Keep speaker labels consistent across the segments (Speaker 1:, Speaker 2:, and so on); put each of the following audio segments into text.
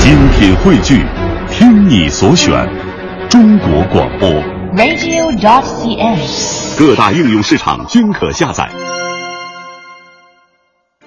Speaker 1: 精品汇聚，听你所选，中国广播。
Speaker 2: radio.cn。
Speaker 1: 各大应用市场均可下载。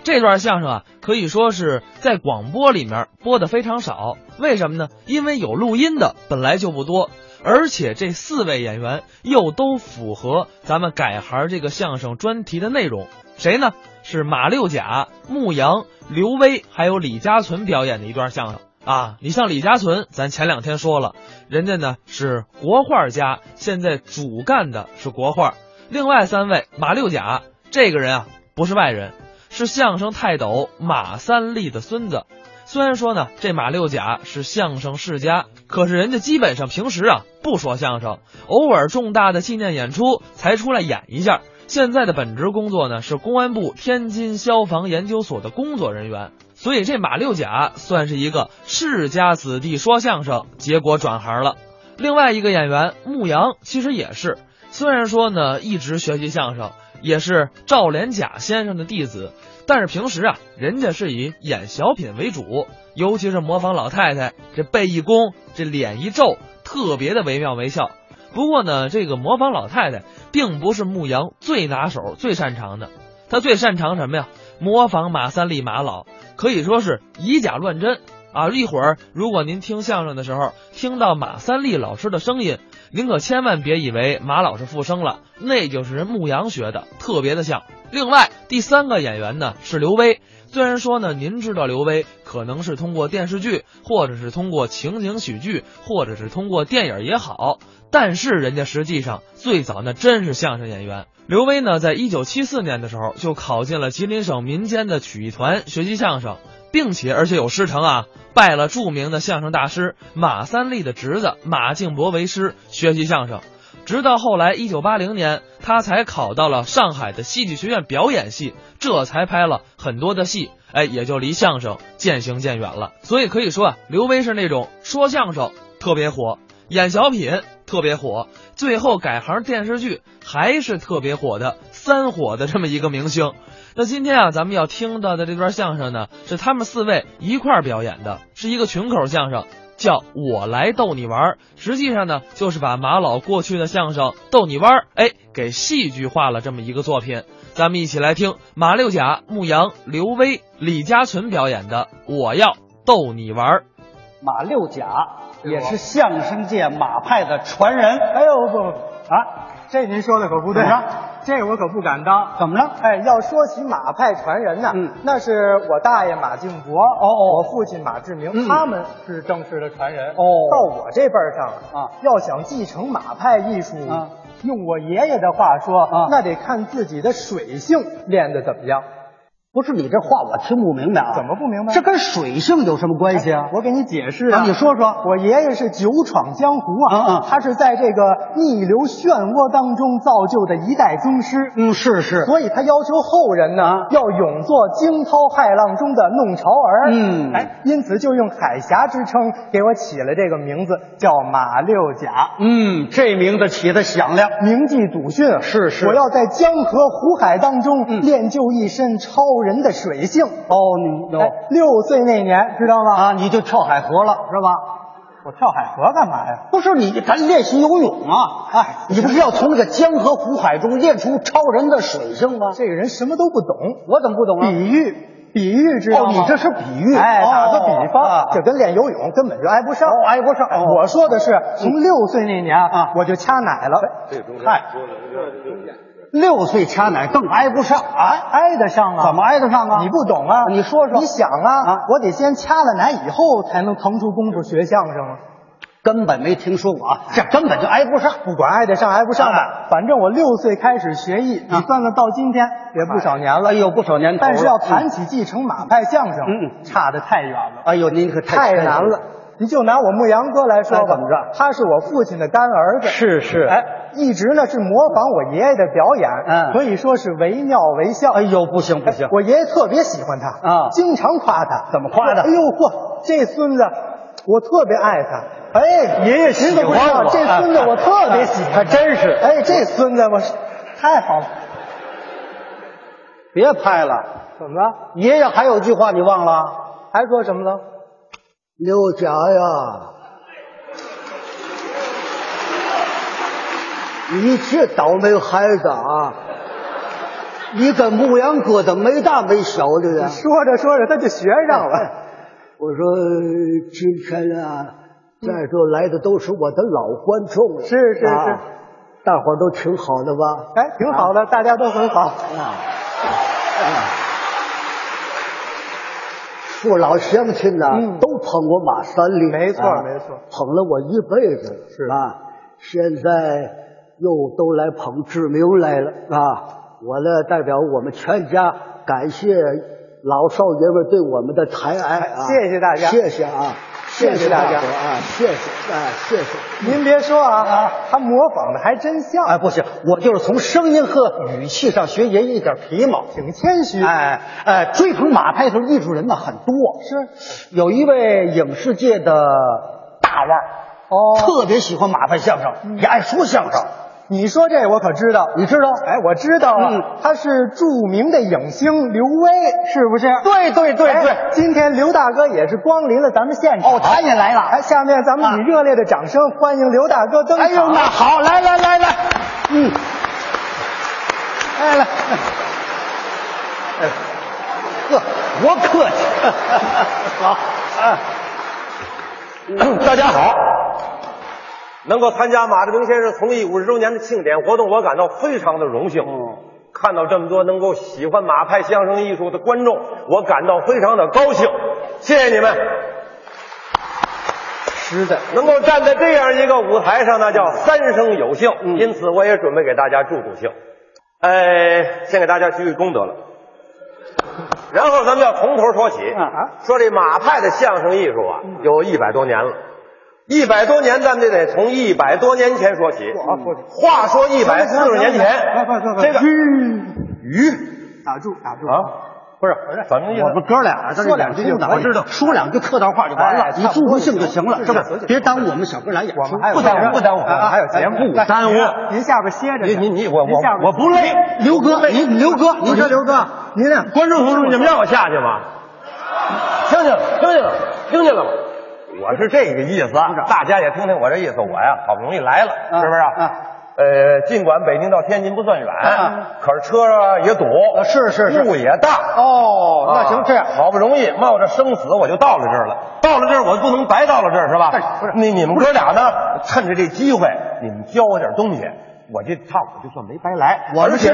Speaker 3: 这段相声啊，可以说是在广播里面播的非常少。为什么呢？因为有录音的本来就不多，而且这四位演员又都符合咱们改行这个相声专题的内容。谁呢？是马六甲、牧羊、刘威还有李家存表演的一段相声啊。你像李家存，咱前两天说了，人家呢是国画家，现在主干的是国画。另外三位，马六甲这个人啊不是外人。是相声泰斗马三立的孙子。虽然说呢，这马六甲是相声世家，可是人家基本上平时啊不说相声，偶尔重大的纪念演出才出来演一下。现在的本职工作呢是公安部天津消防研究所的工作人员，所以这马六甲算是一个世家子弟说相声，结果转行了。另外一个演员牧羊其实也是，虽然说呢一直学习相声。也是赵连甲先生的弟子，但是平时啊，人家是以演小品为主，尤其是模仿老太太，这背一弓，这脸一皱，特别的惟妙惟肖。不过呢，这个模仿老太太并不是牧羊最拿手、最擅长的，他最擅长什么呀？模仿马三立马老，可以说是以假乱真啊！一会儿如果您听相声的时候听到马三立老师的声音，您可千万别以为马老师复生了，那就是人牧羊学的，特别的像。另外，第三个演员呢是刘威。虽然说呢，您知道刘威可能是通过电视剧，或者是通过情景喜剧，或者是通过电影也好，但是人家实际上最早那真是相声演员。刘威呢，在一九七四年的时候就考进了吉林省民间的曲艺团学习相声，并且而且有师承啊。拜了著名的相声大师马三立的侄子马敬伯为师学习相声，直到后来一九八零年，他才考到了上海的戏剧学院表演系，这才拍了很多的戏，哎，也就离相声渐行渐远了。所以可以说啊，刘威是那种说相声特别火，演小品特别火，最后改行电视剧还是特别火的三火的这么一个明星。那今天啊，咱们要听到的这段相声呢，是他们四位一块儿表演的，是一个群口相声，叫“我来逗你玩儿”。实际上呢，就是把马老过去的相声“逗你玩儿”哎给戏剧化了这么一个作品。咱们一起来听马六甲、牧羊、刘威、李家存表演的“我要逗你玩儿
Speaker 4: 马六甲也是相声界马派的传人。哎呦不不啊，
Speaker 5: 这您说的可不对，啊这我可不敢当。
Speaker 4: 怎么了？
Speaker 5: 哎，要说起马派传人呢，
Speaker 4: 嗯
Speaker 5: 那是我大爷马敬伯，哦
Speaker 4: 哦
Speaker 5: 我父亲马志明，
Speaker 4: 嗯
Speaker 5: 他们是正式的传人。
Speaker 4: 哦
Speaker 5: 到我这辈儿上
Speaker 4: 啊
Speaker 5: 要想继承马派艺术，
Speaker 4: 啊
Speaker 5: 用我爷爷的话说，
Speaker 4: 啊
Speaker 5: 那得看自己的水性练得怎么样。
Speaker 4: 不是你这话我听不明白啊？
Speaker 5: 怎么不明白
Speaker 4: 这跟水性有什么关系啊？
Speaker 5: 我给你解释
Speaker 4: 啊
Speaker 5: 啊，
Speaker 4: 你说说
Speaker 5: 我爷爷是久闯江湖啊，
Speaker 4: 嗯嗯
Speaker 5: 他是在这个逆流漩涡当中造就的一代宗师，
Speaker 4: 嗯，是是，
Speaker 5: 所以他要求后人呢、
Speaker 4: 啊
Speaker 5: 要勇做惊涛骇浪中的弄潮儿。
Speaker 4: 嗯
Speaker 5: 哎，因此就用海峡之称给我起了这个名字，叫马六甲。
Speaker 4: 嗯，这名字起的响亮。
Speaker 5: 铭记祖训啊
Speaker 4: 是是
Speaker 5: 我要在江河湖海当中
Speaker 4: 嗯
Speaker 5: 练就一身超人的水性。
Speaker 4: 哦，你有
Speaker 5: 哎六岁那年，知道吗？
Speaker 4: 啊？你就跳海河了是吧？
Speaker 5: 我跳海河干嘛呀？
Speaker 4: 不是你，咱练习游泳啊！哎，你不是要从那个江河湖海中练出超人的水性吗？
Speaker 5: 这个人什么都不懂。
Speaker 4: 我怎么不懂啊？
Speaker 5: 比喻，比喻知道吗？
Speaker 4: 哦你这是比喻
Speaker 5: 哎，
Speaker 4: 哦
Speaker 5: 打个比
Speaker 4: 啊
Speaker 5: 方
Speaker 4: 啊，
Speaker 5: 这跟练游泳根本就挨不上，
Speaker 4: 哦挨不上
Speaker 5: 哎
Speaker 4: 哦
Speaker 5: 我说的是从六岁那年
Speaker 4: 啊
Speaker 5: 啊，我就掐奶
Speaker 4: 哎
Speaker 5: 了，
Speaker 4: 嗨，六岁掐奶更挨不上
Speaker 5: 挨
Speaker 4: 啊？
Speaker 5: 挨得上啊？
Speaker 4: 怎么挨得上啊？
Speaker 5: 你不懂啊？
Speaker 4: 你说说
Speaker 5: 你想啊，
Speaker 4: 啊
Speaker 5: 我得先掐了奶以后才能腾出功夫学相声啊。
Speaker 4: 根本没听说过啊，这根本就挨不上。
Speaker 5: 不管挨得上挨不上
Speaker 4: 啊
Speaker 5: 吧，反正我六岁开始学艺，你算算到今天也不少年了。
Speaker 4: 哎呦，不少年头了嗯
Speaker 5: 但是要谈起继承马派相声，
Speaker 4: 嗯嗯
Speaker 5: 差得太远了。
Speaker 4: 哎呦，您可
Speaker 5: 太难了。你就拿我牧羊哥来说吧，
Speaker 4: 哎怎么着
Speaker 5: 他是我父亲的干儿子，
Speaker 4: 是是
Speaker 5: 哎，一直呢是模仿我爷爷的表演，
Speaker 4: 嗯
Speaker 5: 可以说是惟妙惟肖。
Speaker 4: 哎呦，不行不行，
Speaker 5: 我爷爷特别喜欢他
Speaker 4: 啊
Speaker 5: 经常夸他。
Speaker 4: 怎么夸的
Speaker 5: 哎呦嚯，这孙子我特别爱他。哎，
Speaker 4: 爷爷
Speaker 5: 您都不知
Speaker 4: 喜欢
Speaker 5: 道
Speaker 4: 我
Speaker 5: 这孙子我特别喜欢，
Speaker 4: 啊还真是
Speaker 5: 哎，这孙子我是太好了。
Speaker 4: 别拍了。
Speaker 5: 怎么了？
Speaker 4: 爷爷还有句话你忘了？
Speaker 5: 还说什么了？
Speaker 6: 六甲呀，你这倒霉孩子啊！你跟牧羊哥的没大没小的呀！
Speaker 5: 说着说着他就学上了。
Speaker 6: 我说今天啊，在座来的都是我的老观众了，
Speaker 5: 是是是
Speaker 6: 啊大伙儿都挺好的吧？
Speaker 5: 哎，挺好的，大家都很好。
Speaker 6: 父老乡亲呐、
Speaker 5: 嗯
Speaker 6: 都捧我马三立，
Speaker 5: 没错
Speaker 6: 啊
Speaker 5: 没错
Speaker 6: 捧了我一辈子了，
Speaker 5: 是
Speaker 6: 啊，现在又都来捧志明来了啊！我呢，代表我们全家感谢老少爷们对我们的抬爱啊！
Speaker 5: 谢谢大家
Speaker 6: 谢谢啊！
Speaker 5: 谢谢大家
Speaker 6: 伙儿啊！谢谢啊！谢谢！
Speaker 5: 您别说啊，他模仿的还真像，
Speaker 6: 哎，不行，我就是从声音和语气上学爷一点皮毛。
Speaker 5: 挺谦虚。
Speaker 6: 哎，呃，追捧马派头艺术人呢很多，是有一位影视界的大腕儿
Speaker 5: 哦，嗯
Speaker 6: 特别喜欢马派相声，也爱说相声。
Speaker 5: 你说这我可知道，
Speaker 6: 你知道？
Speaker 5: 哎，我知道啊，
Speaker 6: 嗯
Speaker 5: 他是著名的影星刘威，是不是？
Speaker 6: 对对对
Speaker 5: 哎
Speaker 6: 对，
Speaker 5: 今天刘大哥也是光临了咱们现场。
Speaker 6: 哦，他也来了。啊
Speaker 5: 哎，下面咱们以热烈的掌声欢迎刘大哥登场。
Speaker 6: 哎呦，那好，来来来来，嗯，
Speaker 5: 哎来，
Speaker 6: 呵，我客气。 啊好，
Speaker 2: 大家好，能够参加马志明先生从艺五十周年的庆典活动，我感到非常的荣幸。看到这么多能够喜欢马派相声艺术的观众，我感到非常的高兴。谢谢你们，
Speaker 5: 实在
Speaker 2: 能够站在这样一个舞台上，那叫三生有幸。因此，我也准备给大家助助兴。呃，先给大家鞠个躬得了。然后咱们要从头说起，
Speaker 5: 啊
Speaker 2: 说这马派的相声艺术啊，有一百多年了。一百多年，咱们就得从一百多年前说起。
Speaker 5: 我说这
Speaker 2: 话说一百四十年
Speaker 5: 快快快，
Speaker 2: 前
Speaker 5: 快
Speaker 2: 这个鱼
Speaker 5: 打住打住！
Speaker 2: 啊，不是怎么意
Speaker 6: 我们哥俩这
Speaker 5: 说两句就
Speaker 6: 的，
Speaker 5: 可以
Speaker 6: 我知道，说两句客套话就完
Speaker 5: 哎
Speaker 6: 了，你
Speaker 5: 差不
Speaker 6: 助
Speaker 5: 多
Speaker 6: 助兴就行了，
Speaker 5: 是
Speaker 6: 是吧
Speaker 5: 是是？
Speaker 6: 别耽误我们小哥俩演出，
Speaker 5: 我们还有
Speaker 6: 不耽误，
Speaker 5: 不耽误
Speaker 6: 啊
Speaker 5: 还有节目
Speaker 6: 不耽误。
Speaker 5: 哎您下边歇着去。
Speaker 2: 你你你我我
Speaker 5: 您下边
Speaker 2: 我不累
Speaker 6: 刘哥，您刘哥，你说刘哥，您呢？
Speaker 2: 观众朋友们，你们让我下去吗？听见了，听见了，听见了吗？我是这个意思啊，大家也听听我这意思。我呀，好不容易来了，
Speaker 6: 啊
Speaker 2: 是不是啊？
Speaker 6: 啊
Speaker 2: 呃，尽管北京到天津不算远，
Speaker 6: 啊呃
Speaker 2: 可是车啊也堵，
Speaker 6: 是是是
Speaker 2: 雾也大。
Speaker 6: 哦
Speaker 2: 啊好不容易冒着生死我就到了这儿了。到了这儿，我不能白到了这儿，是吧？
Speaker 6: 但是哎不是
Speaker 2: 你你们哥俩呢？趁着这机会，你们教我点东西，我这趟我就算没白来。
Speaker 6: 我们是
Speaker 2: 而且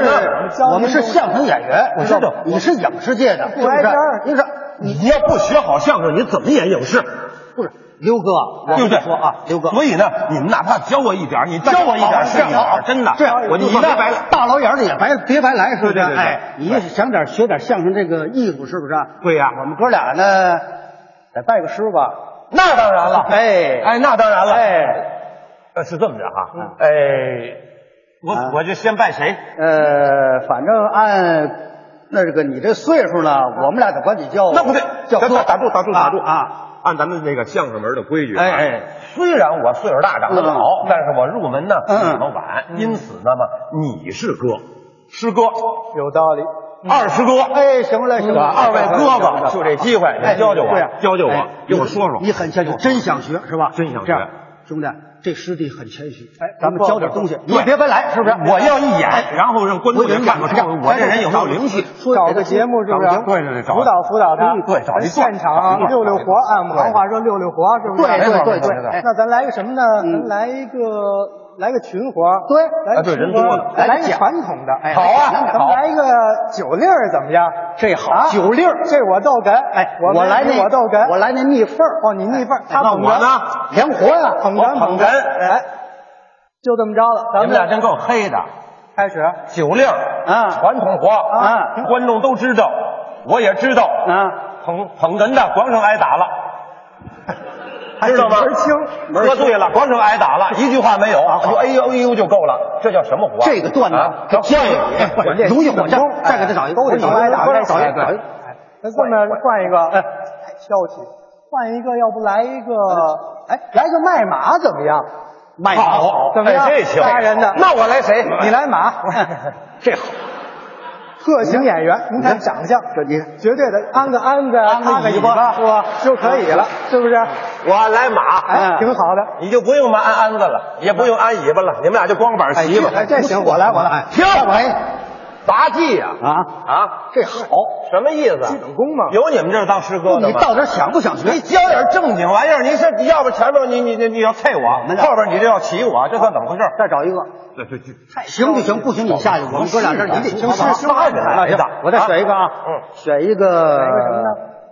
Speaker 2: 呢
Speaker 6: 我们是相声演员，
Speaker 2: 我
Speaker 6: 我
Speaker 2: 知道
Speaker 6: 你是影视界的，是不
Speaker 5: 来这儿
Speaker 6: 是？你是
Speaker 2: 你要不学好相声，你怎么演影视？
Speaker 6: 不是刘哥？我
Speaker 2: 对不对？
Speaker 6: 跟你说啊，刘哥，
Speaker 2: 所以呢，你们哪怕教我一点儿，你教我一点儿是一点儿，真的。
Speaker 6: 这
Speaker 2: 我
Speaker 6: 就
Speaker 2: 你呢？
Speaker 6: 白大老远的也白别白来，是不是？
Speaker 2: 对对对对
Speaker 6: 哎，你也想点学点相声这个艺术，是不是？啊
Speaker 2: 对呀
Speaker 6: 我们哥俩呢，得拜个师吧。
Speaker 2: 那当然了，
Speaker 6: 哎
Speaker 2: 哎，那当然了，
Speaker 6: 哎，
Speaker 2: 呃，是这么着哈，哎，啊我我就先拜谁？
Speaker 6: 呃，反正按那个你这岁数了，我们俩得管你叫
Speaker 2: 那不对，
Speaker 6: 叫
Speaker 2: 咱
Speaker 6: 哥
Speaker 2: 打打住打住打住
Speaker 6: 啊！！
Speaker 2: 按咱们那个相声门的规矩啊，嗯
Speaker 6: 哎哎
Speaker 2: 虽然我岁数大长得老，但是我入门呢比
Speaker 6: 嗯
Speaker 2: 你们晚，因此那么你是哥，师哥，
Speaker 5: 有道理。
Speaker 2: 二师哥，
Speaker 5: 哎，行了行
Speaker 2: 是
Speaker 5: 了，哎
Speaker 2: 吧？二位哥哥，就这机会，你教教我
Speaker 6: 对
Speaker 5: 啊
Speaker 6: 呀，
Speaker 2: 教教我
Speaker 6: 哎，
Speaker 2: 给我说说。
Speaker 6: 你很谦虚，真想学是吧？
Speaker 2: 真想学
Speaker 6: 这样，兄弟，这师弟很谦虚。
Speaker 5: 哎
Speaker 6: 咱们
Speaker 5: 不
Speaker 6: 教点东西，
Speaker 5: 不哎
Speaker 6: 你也别白来，是不是？
Speaker 2: 我要一演，然后让观众
Speaker 6: 我得
Speaker 2: 也看看
Speaker 6: 演
Speaker 2: 我这人有没有灵气。
Speaker 5: 找哎个节目是不是？
Speaker 2: 找个对对对，找
Speaker 5: 辅导辅导他。
Speaker 2: 嗯对，找一段哎
Speaker 5: 现场溜溜活，按行话说溜溜活，是不是？哎
Speaker 6: 对对对对对
Speaker 5: 那咱来个什么呢？咱
Speaker 2: 嗯
Speaker 5: 来一个来个群活，对，来个
Speaker 2: 啊对
Speaker 5: 群
Speaker 2: 人
Speaker 5: 活
Speaker 2: 多了
Speaker 5: 来个
Speaker 6: 来
Speaker 5: 传统的。
Speaker 6: 哎
Speaker 5: 好啊
Speaker 6: 来
Speaker 5: 咱们来一个酒令儿怎么样？
Speaker 2: 哎
Speaker 6: 这好
Speaker 5: 啊
Speaker 6: 酒令儿
Speaker 5: 这我逗哏。
Speaker 6: 哎，
Speaker 5: 我
Speaker 6: 来那
Speaker 5: 我逗哏，
Speaker 6: 我来那蜜缝儿
Speaker 5: 哦，你那份儿他
Speaker 2: 哎那
Speaker 5: 捧哏
Speaker 2: 我呢？
Speaker 6: 甜活呀，
Speaker 5: 捧哏
Speaker 2: 捧哏
Speaker 5: 哎，就这么着了，咱
Speaker 2: 你们俩真够黑的，
Speaker 5: 开始。
Speaker 2: 酒令
Speaker 6: 啊
Speaker 2: 传统活
Speaker 6: 啊，
Speaker 2: 观众都知道，我也知道。
Speaker 6: 啊！
Speaker 2: 捧捧哏的广场挨 打了，知道吗？
Speaker 5: 门儿清门儿清啊
Speaker 2: 喝醉了，广场挨打了，一句话没有，就哎呦哎呦就够了，这叫什么活？
Speaker 6: 这个段子
Speaker 2: 啊
Speaker 6: 这
Speaker 2: 叫换一
Speaker 6: 哎不
Speaker 2: 个
Speaker 6: 是容易火上，再给他找一个，
Speaker 5: 都得
Speaker 6: 找
Speaker 5: 找
Speaker 6: 一
Speaker 5: 一
Speaker 6: 个，
Speaker 5: 个
Speaker 6: 找一个，找一
Speaker 5: 哎
Speaker 6: 个，找一个。
Speaker 5: 那这么换一个，哎，太消极，换一个，要不来一个，哎，来个卖马怎么样？
Speaker 6: 卖
Speaker 2: 好，
Speaker 5: 怎么样
Speaker 2: 哎这行，
Speaker 5: 杀人的
Speaker 2: 那我来谁？
Speaker 5: 你来 马，
Speaker 2: 这好，
Speaker 5: 特型演员，您看长相，
Speaker 6: 嗯这你
Speaker 5: 绝对的，安个鞍子，
Speaker 6: 安个
Speaker 5: 插个
Speaker 6: 尾
Speaker 5: 尾
Speaker 6: 巴嗯
Speaker 5: 巴，哇，就可以了，是不是？
Speaker 2: 我来马，啊
Speaker 5: 哎，挺好的。
Speaker 2: 你就不用马安鞍子了，也不用安尾巴了，你们俩就光板啊席吧。
Speaker 5: 哎，这行，我来，我来。
Speaker 2: 停！
Speaker 5: 哎，
Speaker 2: 杂技呀！
Speaker 5: 啊，
Speaker 2: 啊，
Speaker 5: 这好，
Speaker 2: 什么意思？啊
Speaker 5: 基本功嘛。
Speaker 2: 有你们这儿当师哥的
Speaker 5: 你
Speaker 2: 吗？
Speaker 5: 到底想不想学？
Speaker 2: 你教点正经玩意儿，你是要不前面你你你你要踹我，
Speaker 5: 们俩
Speaker 2: 后边你这要骑我，这算怎么回事？
Speaker 5: 再找一个，
Speaker 4: 行不行？不行你下去，我们哥俩这儿你得
Speaker 5: 行是是
Speaker 2: 发展了
Speaker 5: 行
Speaker 2: 这
Speaker 5: 我再选一个啊，
Speaker 2: 嗯
Speaker 5: 选一个什么呢？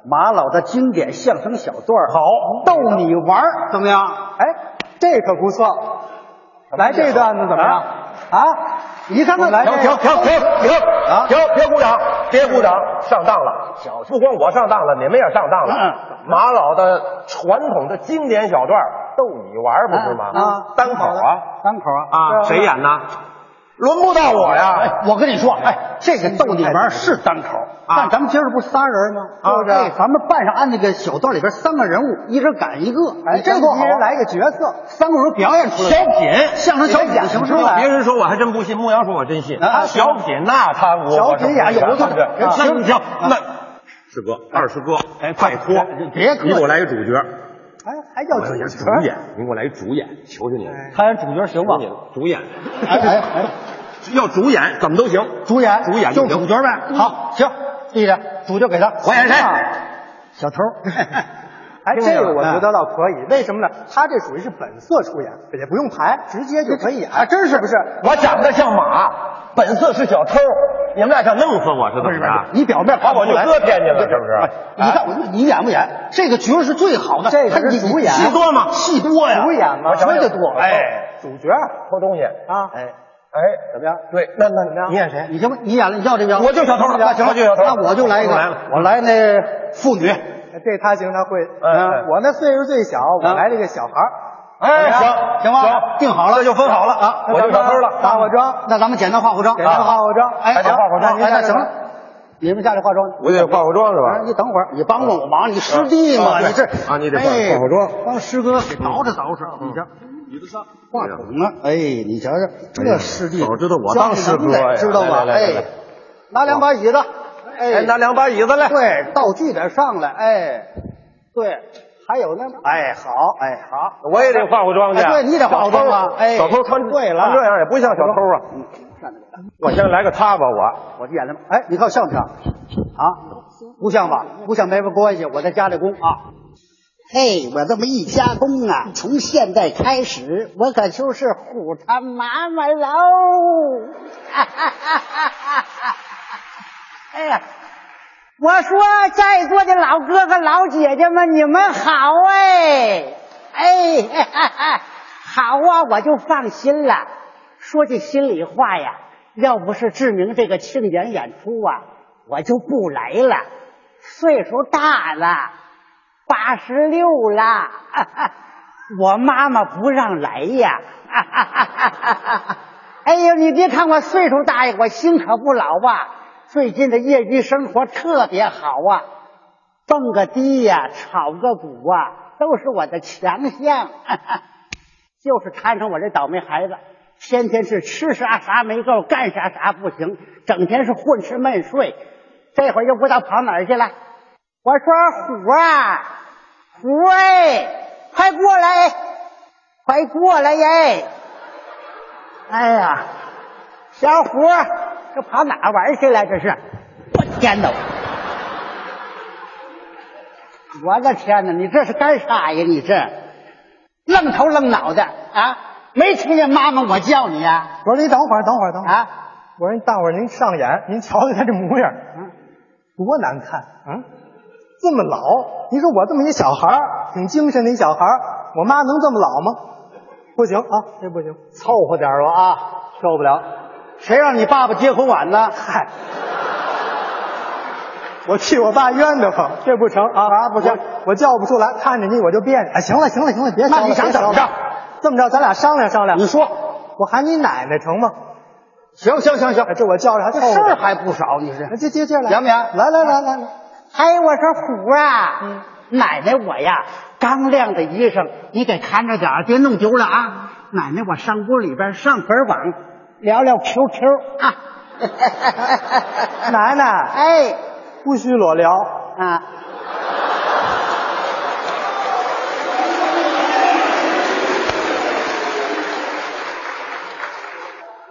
Speaker 5: 马老的经典相声小段儿
Speaker 2: 好
Speaker 5: 逗你玩儿怎么样？哎，这可不错，来这段子怎么样？啊，你看看，来
Speaker 2: 停停停停停停！别鼓掌，别鼓掌，上当了！不光我上当了，你们也上当了。马老的传统的经典小段儿逗你玩儿不是吗？
Speaker 5: 啊，
Speaker 2: 单口啊
Speaker 5: 单口啊
Speaker 2: 啊，谁？演呢？轮不到我呀！
Speaker 5: 我跟你说，哎，这个逗你玩儿是单口，但咱们今儿不是仨人吗？
Speaker 2: 啊
Speaker 5: 就是这
Speaker 2: 对
Speaker 5: 哎咱们扮上按那个小段里边三个人物，一人赶一个，哎，这多
Speaker 6: 啊
Speaker 5: 好！来个角色，三个人表演出来，小品，相声小品行不行？
Speaker 2: 别人说我还真不信，牧羊说我真信。
Speaker 5: 啊
Speaker 2: 小品那他我
Speaker 5: 小品演有
Speaker 2: 对
Speaker 5: 的
Speaker 2: 不对？
Speaker 5: 啊
Speaker 2: 那你行，那师哥二师哥，哎，拜托，
Speaker 5: 别客气
Speaker 2: 你给我来个主角，
Speaker 5: 哎，还叫
Speaker 2: 我
Speaker 5: 主
Speaker 2: 要
Speaker 5: 角？
Speaker 2: 主演，你给我来主演，求求你了，
Speaker 5: 他演主角行
Speaker 2: 求你了，主演，
Speaker 5: 哎哎哎，
Speaker 2: 要主演怎么都行。
Speaker 5: 主演，
Speaker 2: 主演
Speaker 5: 就
Speaker 2: 就
Speaker 5: 主
Speaker 2: 行
Speaker 5: 角呗。好，行，弟弟，主角给他。啊
Speaker 2: 我演谁
Speaker 5: 小偷。 哎，这个我觉得倒可以，为什么呢？他这属于是本色出演，也不用排，直接就可以演。啊，真是不是？
Speaker 2: 我长得像马，本色是小偷，你们俩想哎弄死我是怎么着？
Speaker 5: 你表面看
Speaker 2: 把
Speaker 5: 不
Speaker 2: 啊我
Speaker 5: 出
Speaker 2: 就
Speaker 5: 来
Speaker 2: 搁偏去了，是不啊
Speaker 5: 哎
Speaker 2: 是？
Speaker 5: 你看，我你演不演？这个角是最好的，
Speaker 6: 这个
Speaker 5: 他
Speaker 6: 是
Speaker 5: 你
Speaker 6: 主演
Speaker 5: 戏多吗？戏多呀，
Speaker 6: 主演嘛
Speaker 5: 我觉得多。
Speaker 2: 哎，
Speaker 5: 主角啊，
Speaker 2: 偷东西，哎，
Speaker 5: 怎么样？
Speaker 2: 那那怎么样？你演谁？
Speaker 5: 你行，你演了，你要这个？
Speaker 2: 我就小偷
Speaker 5: 那行，
Speaker 2: 我就小偷
Speaker 5: 那我就来一个，
Speaker 2: 我来了哎
Speaker 5: 我来那妇女。这他行，他会。
Speaker 2: 嗯
Speaker 5: 我那岁数最小，我
Speaker 6: 来
Speaker 5: 这个小孩儿。
Speaker 2: 哎，
Speaker 5: 怎么样
Speaker 2: 行
Speaker 5: 行吧
Speaker 2: 行，
Speaker 5: 定好了
Speaker 2: 那就分好了啊，我就小偷了。
Speaker 5: 化化妆，那咱们简单化化妆，
Speaker 2: 简单化
Speaker 5: 化妆。哎，
Speaker 2: 还得
Speaker 5: 行
Speaker 2: 化化妆
Speaker 5: 那
Speaker 2: 哎
Speaker 5: 那
Speaker 2: 那
Speaker 5: 行
Speaker 2: 那
Speaker 5: 了，你们家里化妆去。
Speaker 2: 我得化化妆是
Speaker 5: 哎
Speaker 2: 吧？
Speaker 5: 你等会儿，你帮帮我忙，你师弟嘛，
Speaker 2: 啊对
Speaker 5: 你这
Speaker 2: 啊你得化
Speaker 5: 哎
Speaker 2: 化化妆
Speaker 5: 帮师哥给捯饬捯
Speaker 2: 嗯
Speaker 5: 饬。啊你瞧，话筒呢？哎，你瞧瞧，这师弟
Speaker 2: 哎早知道我当师哥呀
Speaker 5: 教你能耐知道吗？
Speaker 2: 来来来来
Speaker 5: 哎，拿两把椅子，
Speaker 2: 哎，
Speaker 5: 哎，
Speaker 2: 拿两把椅子来。
Speaker 5: 对，道具得上来，哎，对，还有呢，哎，好，哎，好，
Speaker 2: 我也得化化妆去。
Speaker 5: 哎对你得化化妆啊
Speaker 2: 小偷
Speaker 5: 哎
Speaker 2: 小偷穿
Speaker 5: 对了嗯
Speaker 2: 穿这样也不像小偷啊。我先来个他吧，我
Speaker 5: 我演的，哎，你看我像不像？啊，不像吧？不像没关系，我在加这功啊。
Speaker 6: 嘿，我这么一加工啊，从现在开始，我可就是虎他妈妈 喽！哎呀，我说在座的老哥哥、老姐姐们，你们好哎，哎， 好啊，我就放心了。说句心里话呀，要不是志明这个庆典演出啊，我就不来了，岁数大了。八十六了， 我妈妈不让来呀。 哎呦，你别看我岁数大呀，我心可不老啊。最近的业余生活特别好啊，蹦个迪呀、炒个股啊，都是我的强项。就是摊上我这倒霉孩子，天天是吃啥啥没够，干啥啥不行，整天是混吃闷睡。这会儿又不知道跑哪儿去了。我说虎啊，虎哎，快过来，快过来耶！哎呀，小虎，这跑哪儿玩去了？这是，我天哪！我的天哪，你这是干啥呀？你这愣头愣脑的啊！没听见妈妈我叫你呀、
Speaker 5: 我说你等会儿，等会儿，等
Speaker 6: 啊？
Speaker 5: 会儿。我说你大伙儿您上眼，您瞧瞧他这模样，
Speaker 6: 嗯
Speaker 5: 多难看啊！这么老，你说我这么一小孩儿，挺精神的一小孩儿，我妈能这么老吗？不行啊，这不行，凑合点吧啊，受不了。谁让你爸爸结婚晚呢？ 嗨，我替我爸冤得慌，这不成啊！不行，我叫不出来，看着你我就别扭。哎，行了，行了，行了，别
Speaker 6: 那
Speaker 5: 说了
Speaker 6: 你想
Speaker 5: 别说
Speaker 6: 怎么
Speaker 5: 了
Speaker 6: 着
Speaker 5: 这么着，咱俩商量商量。
Speaker 6: 你说，
Speaker 5: 我喊你奶奶成吗？
Speaker 6: 行行行行
Speaker 5: 哎，这我叫着还
Speaker 6: 这
Speaker 5: 凑
Speaker 6: 事
Speaker 5: 合
Speaker 6: 儿
Speaker 5: 点。
Speaker 6: 还不少，你是
Speaker 5: 哎。接接接来，
Speaker 6: 杨不杨
Speaker 5: 来来来来来，
Speaker 6: 哎，我说虎啊，
Speaker 5: 嗯
Speaker 6: 奶奶我呀，刚晾的衣裳，你给看着点儿，别弄丢了啊！奶奶我上屋里边上会儿网，聊聊 QQ 啊。
Speaker 5: 奶奶
Speaker 6: 哎
Speaker 5: 不许裸聊，
Speaker 6: 啊，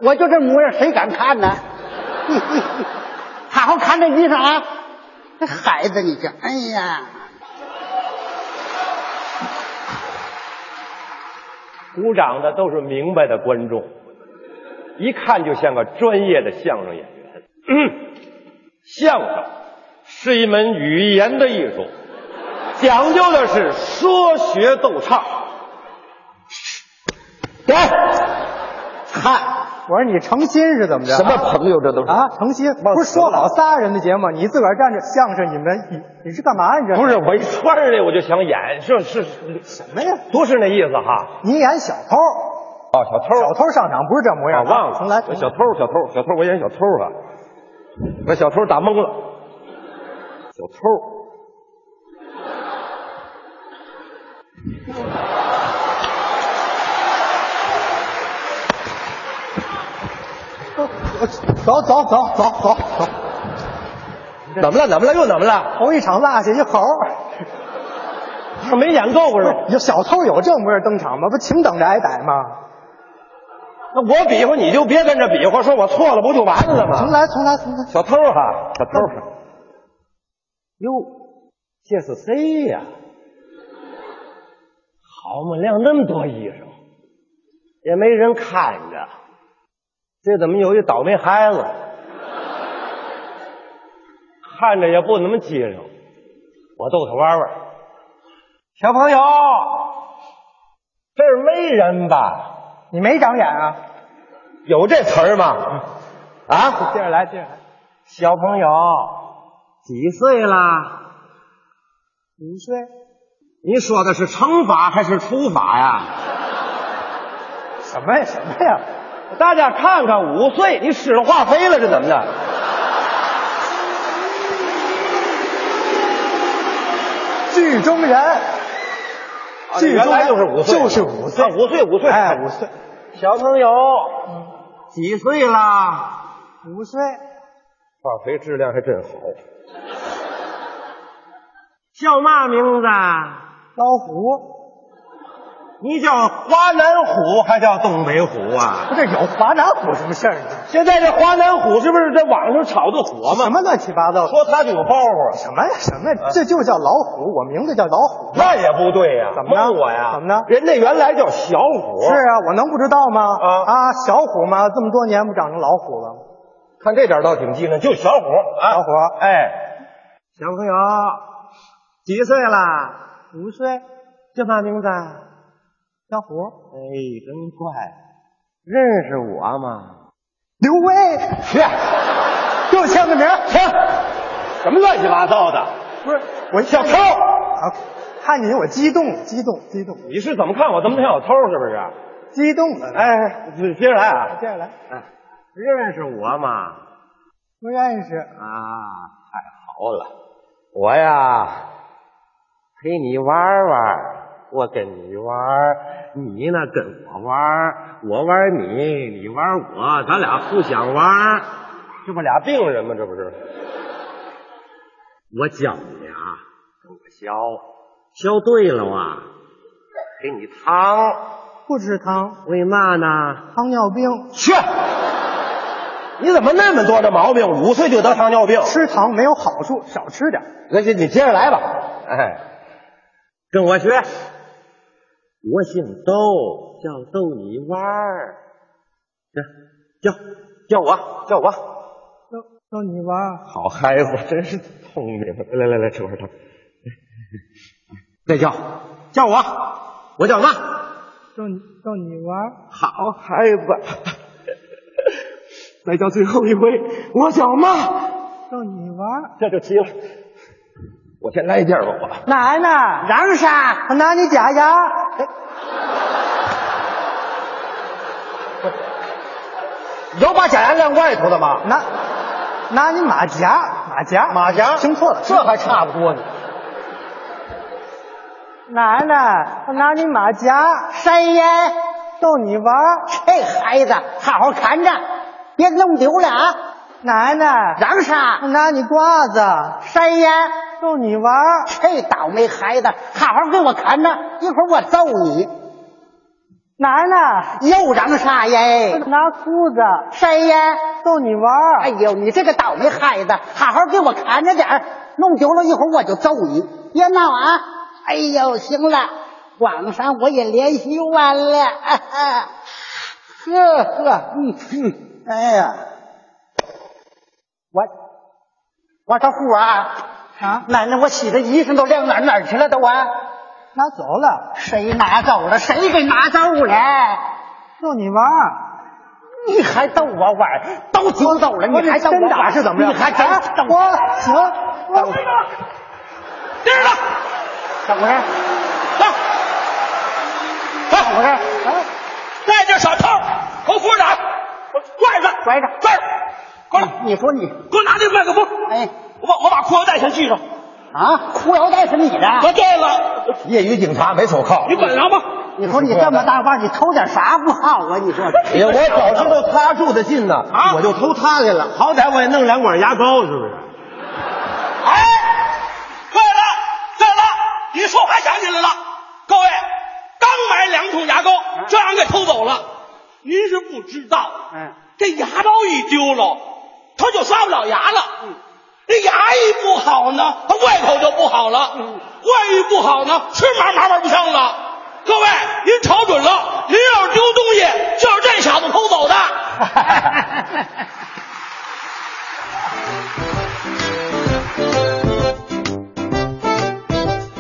Speaker 6: 我就这模样，谁敢看呢？好好看这衣裳啊！这孩子，你这，哎呀！
Speaker 2: 鼓掌的都是明白的观众，一看就像个专业的相声演员。嗯相声是一门语言的艺术，讲究的是说学逗唱。
Speaker 5: 啊
Speaker 6: 给，
Speaker 5: 嗨，我说你成心是怎么着？
Speaker 7: 什么朋友这都是？
Speaker 5: 啊？成心不是说好仨人的节目，你自个儿站着相声，你们你你是干嘛？你这
Speaker 2: 不是我一穿上这我就想演，这是
Speaker 5: 什么呀？
Speaker 2: 不是那意思哈？
Speaker 5: 你演小偷，
Speaker 2: 哦，小偷，
Speaker 5: 小偷上场不是这模
Speaker 2: 啊
Speaker 5: 样，
Speaker 2: 忘了，
Speaker 5: 重来，重来
Speaker 2: 小偷，小偷，小偷，我演小偷啊，把小偷打懵了，小偷。
Speaker 5: 走走走走走走，
Speaker 2: 怎么了？怎么了？又怎么了？
Speaker 5: 头一场落下一猴，
Speaker 2: 是 没演够是吧？
Speaker 5: 有小偷有这模样登场吗？不请等着挨逮吗？
Speaker 2: 那我比划你就别跟着比划，说我错了不就完了
Speaker 5: 重
Speaker 2: 吗？
Speaker 5: 来重来重来，
Speaker 2: 小偷哈，小偷哈，嗯哟，这是谁呀？好嘛，晾那么多衣裳，也没人看着，这怎么有一倒霉孩子？看着也不怎么机灵，我逗他玩玩。小朋友，这儿没人吧？
Speaker 5: 你没长眼啊？
Speaker 2: 有这词儿吗？啊，
Speaker 5: 接着来接着来，
Speaker 2: 小朋友，几岁啦？
Speaker 5: 五岁，
Speaker 2: 你说的是乘法还是除法呀？
Speaker 5: 什么呀什么呀？
Speaker 2: 大家看看，五岁你使了化肥了，这怎么的？
Speaker 5: 剧中人，剧
Speaker 2: 啊原
Speaker 5: 中
Speaker 2: 来
Speaker 5: 人
Speaker 2: 就是五岁，
Speaker 5: 就是五岁
Speaker 2: 啊，五岁五岁，
Speaker 5: 哎，五岁，
Speaker 2: 小朋友，几岁啦？
Speaker 5: 五岁，
Speaker 2: 化肥质量还真好。叫嘛名字？
Speaker 5: 老虎，
Speaker 2: 你叫华南虎还叫东北虎啊？
Speaker 5: 不是有华南虎什么事儿呢？
Speaker 2: 现在这华南虎是不是在网上炒的火
Speaker 5: 什
Speaker 2: 嘛？
Speaker 5: 么乱七八糟的？
Speaker 2: 说它就有包袱，
Speaker 5: 什么呀什么
Speaker 2: 呃
Speaker 5: 呀？这就叫老虎，我名字叫老虎。
Speaker 2: 那也不对呀、
Speaker 5: 怎么着
Speaker 2: 蒙我呀？
Speaker 5: 怎么着
Speaker 2: 人家原来叫小虎，
Speaker 5: 是啊，我能不知道吗？
Speaker 2: 啊
Speaker 5: 小虎嘛，这么多年不长成老虎了吗？
Speaker 2: 看这点倒挺机灵，就小虎啊，
Speaker 5: 小虎
Speaker 2: 哎，
Speaker 5: 小朋友，几岁啦？五岁。叫嘛名字？啊小虎。
Speaker 2: 哎，真怪，认识我吗？
Speaker 5: 刘威。
Speaker 2: 去，
Speaker 5: 给我签个名。
Speaker 2: 停，什么乱七八糟的？
Speaker 5: 不是，我一
Speaker 2: 小偷
Speaker 5: 啊，看见你我激动，激动，激动，
Speaker 2: 你是怎么看我怎么像小偷是不是？
Speaker 5: 激动了。，
Speaker 2: 哎，接着来啊，
Speaker 5: 接着来。
Speaker 2: 认识我吗？
Speaker 5: 不认识。
Speaker 2: 啊，太好了，我呀陪你玩玩，我跟你玩，你呢跟我玩，我玩你，你玩我，咱俩互相玩，这不俩病人吗？这不是？我教你啊，跟我削，削对了啊，给你糖，
Speaker 5: 不吃糖，
Speaker 2: 为嘛呢？
Speaker 5: 糖尿病，
Speaker 2: 去！你怎么那么多的毛病？五岁就得糖尿病？
Speaker 5: 吃糖没有好处，少吃点。
Speaker 2: 那就你接着来吧。哎，跟我学。我姓窦，叫逗你玩儿。叫叫叫我叫我，
Speaker 5: 逗逗你玩儿，
Speaker 2: 好孩子，真是聪明。来来来，吃块糖。再叫叫我，我叫嘛？
Speaker 5: 逗你逗你玩儿，
Speaker 2: 好孩子。 再叫最后一回，我叫嘛？
Speaker 5: 逗你玩儿。
Speaker 2: 这就齐了。我先来一件吧，我
Speaker 5: 奶奶，
Speaker 6: 嚷啥？
Speaker 5: 我拿你假牙。
Speaker 2: 有把假牙晾外头的吗？
Speaker 5: 拿拿你马甲，马甲，马甲，听错了，这还差不多呢。奶奶，我拿你马甲
Speaker 6: 塞烟？
Speaker 5: 逗你玩儿。
Speaker 6: 这孩子，好好看着，别弄丢了啊！
Speaker 5: 奶奶，
Speaker 6: 嚷啥
Speaker 5: 我？拿你瓜子
Speaker 6: 塞烟？
Speaker 5: 逗你玩儿。
Speaker 6: 这倒霉孩子，好好给我看着，一会儿我揍你！
Speaker 7: 哪儿呢？
Speaker 6: 又嚷啥耶？
Speaker 7: 拿裤子
Speaker 6: 谁呀？
Speaker 7: 逗你玩儿。
Speaker 6: 哎呦，你这个倒霉孩子，好好给我看着点儿，弄丢了一会儿我就揍你，别闹啊！哎呦，行了，网上我也联系完了， 哈哈呵呵，嗯嗯，哎呀，我我说虎啊
Speaker 7: 啊
Speaker 6: 奶奶，我洗的衣裳都晾哪儿哪儿去了都啊？
Speaker 5: 拿走了，
Speaker 6: 谁拿走了？谁给拿走了？
Speaker 5: 逗你玩儿。
Speaker 6: 你还逗我玩儿？都听走了，
Speaker 5: 我
Speaker 6: 你还
Speaker 5: 这
Speaker 6: 逗
Speaker 5: 真
Speaker 6: 我
Speaker 5: 打
Speaker 6: 玩
Speaker 5: 是怎么着？
Speaker 6: 你还真
Speaker 5: 啊
Speaker 6: 逗我
Speaker 5: 我行，我
Speaker 6: 怎么回事？来，怎么回事？啊，
Speaker 8: 戴着手套，头箍哪儿？拽着，
Speaker 6: 拐着
Speaker 8: 拽着，过
Speaker 5: 哎
Speaker 8: 来，
Speaker 6: 你说你，
Speaker 8: 给我拿那个麦克风。
Speaker 6: 哎，
Speaker 8: 我把我把裤腰带先系上。
Speaker 6: 啊，裤腰带是你的？
Speaker 8: 啊，对了，
Speaker 2: 业余警察没手铐
Speaker 8: 你管上吧。
Speaker 6: 你说你这么大腕儿，你偷点啥不好啊？你说，
Speaker 2: 哎呀，我早知道他住的近呢，
Speaker 8: 啊
Speaker 2: 我就偷他去了。好歹我也弄两管牙膏，是不是？
Speaker 8: 哎，对了对了，你说我还想起来了，各位，刚买两桶牙膏，这让人给偷走了。您是不知道，
Speaker 6: 嗯，
Speaker 8: 这牙膏一丢了，他就刷不了牙了。嗯，这牙一不好呢，他胃口就不好了。嗯，胃一不好呢，吃嘛嘛嘛不香了。各位，您瞅准了，您要是丢东西，就是这小子偷走的。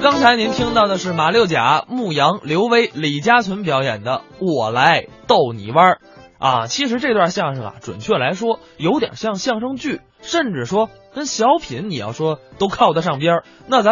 Speaker 3: 刚才您听到的是马六甲、牧羊、刘威、李家存表演的《我来逗你玩儿》啊。其实这段相声啊，准确来说有点像相声剧，甚至说跟小品，你要说都靠得上边儿，那咱们。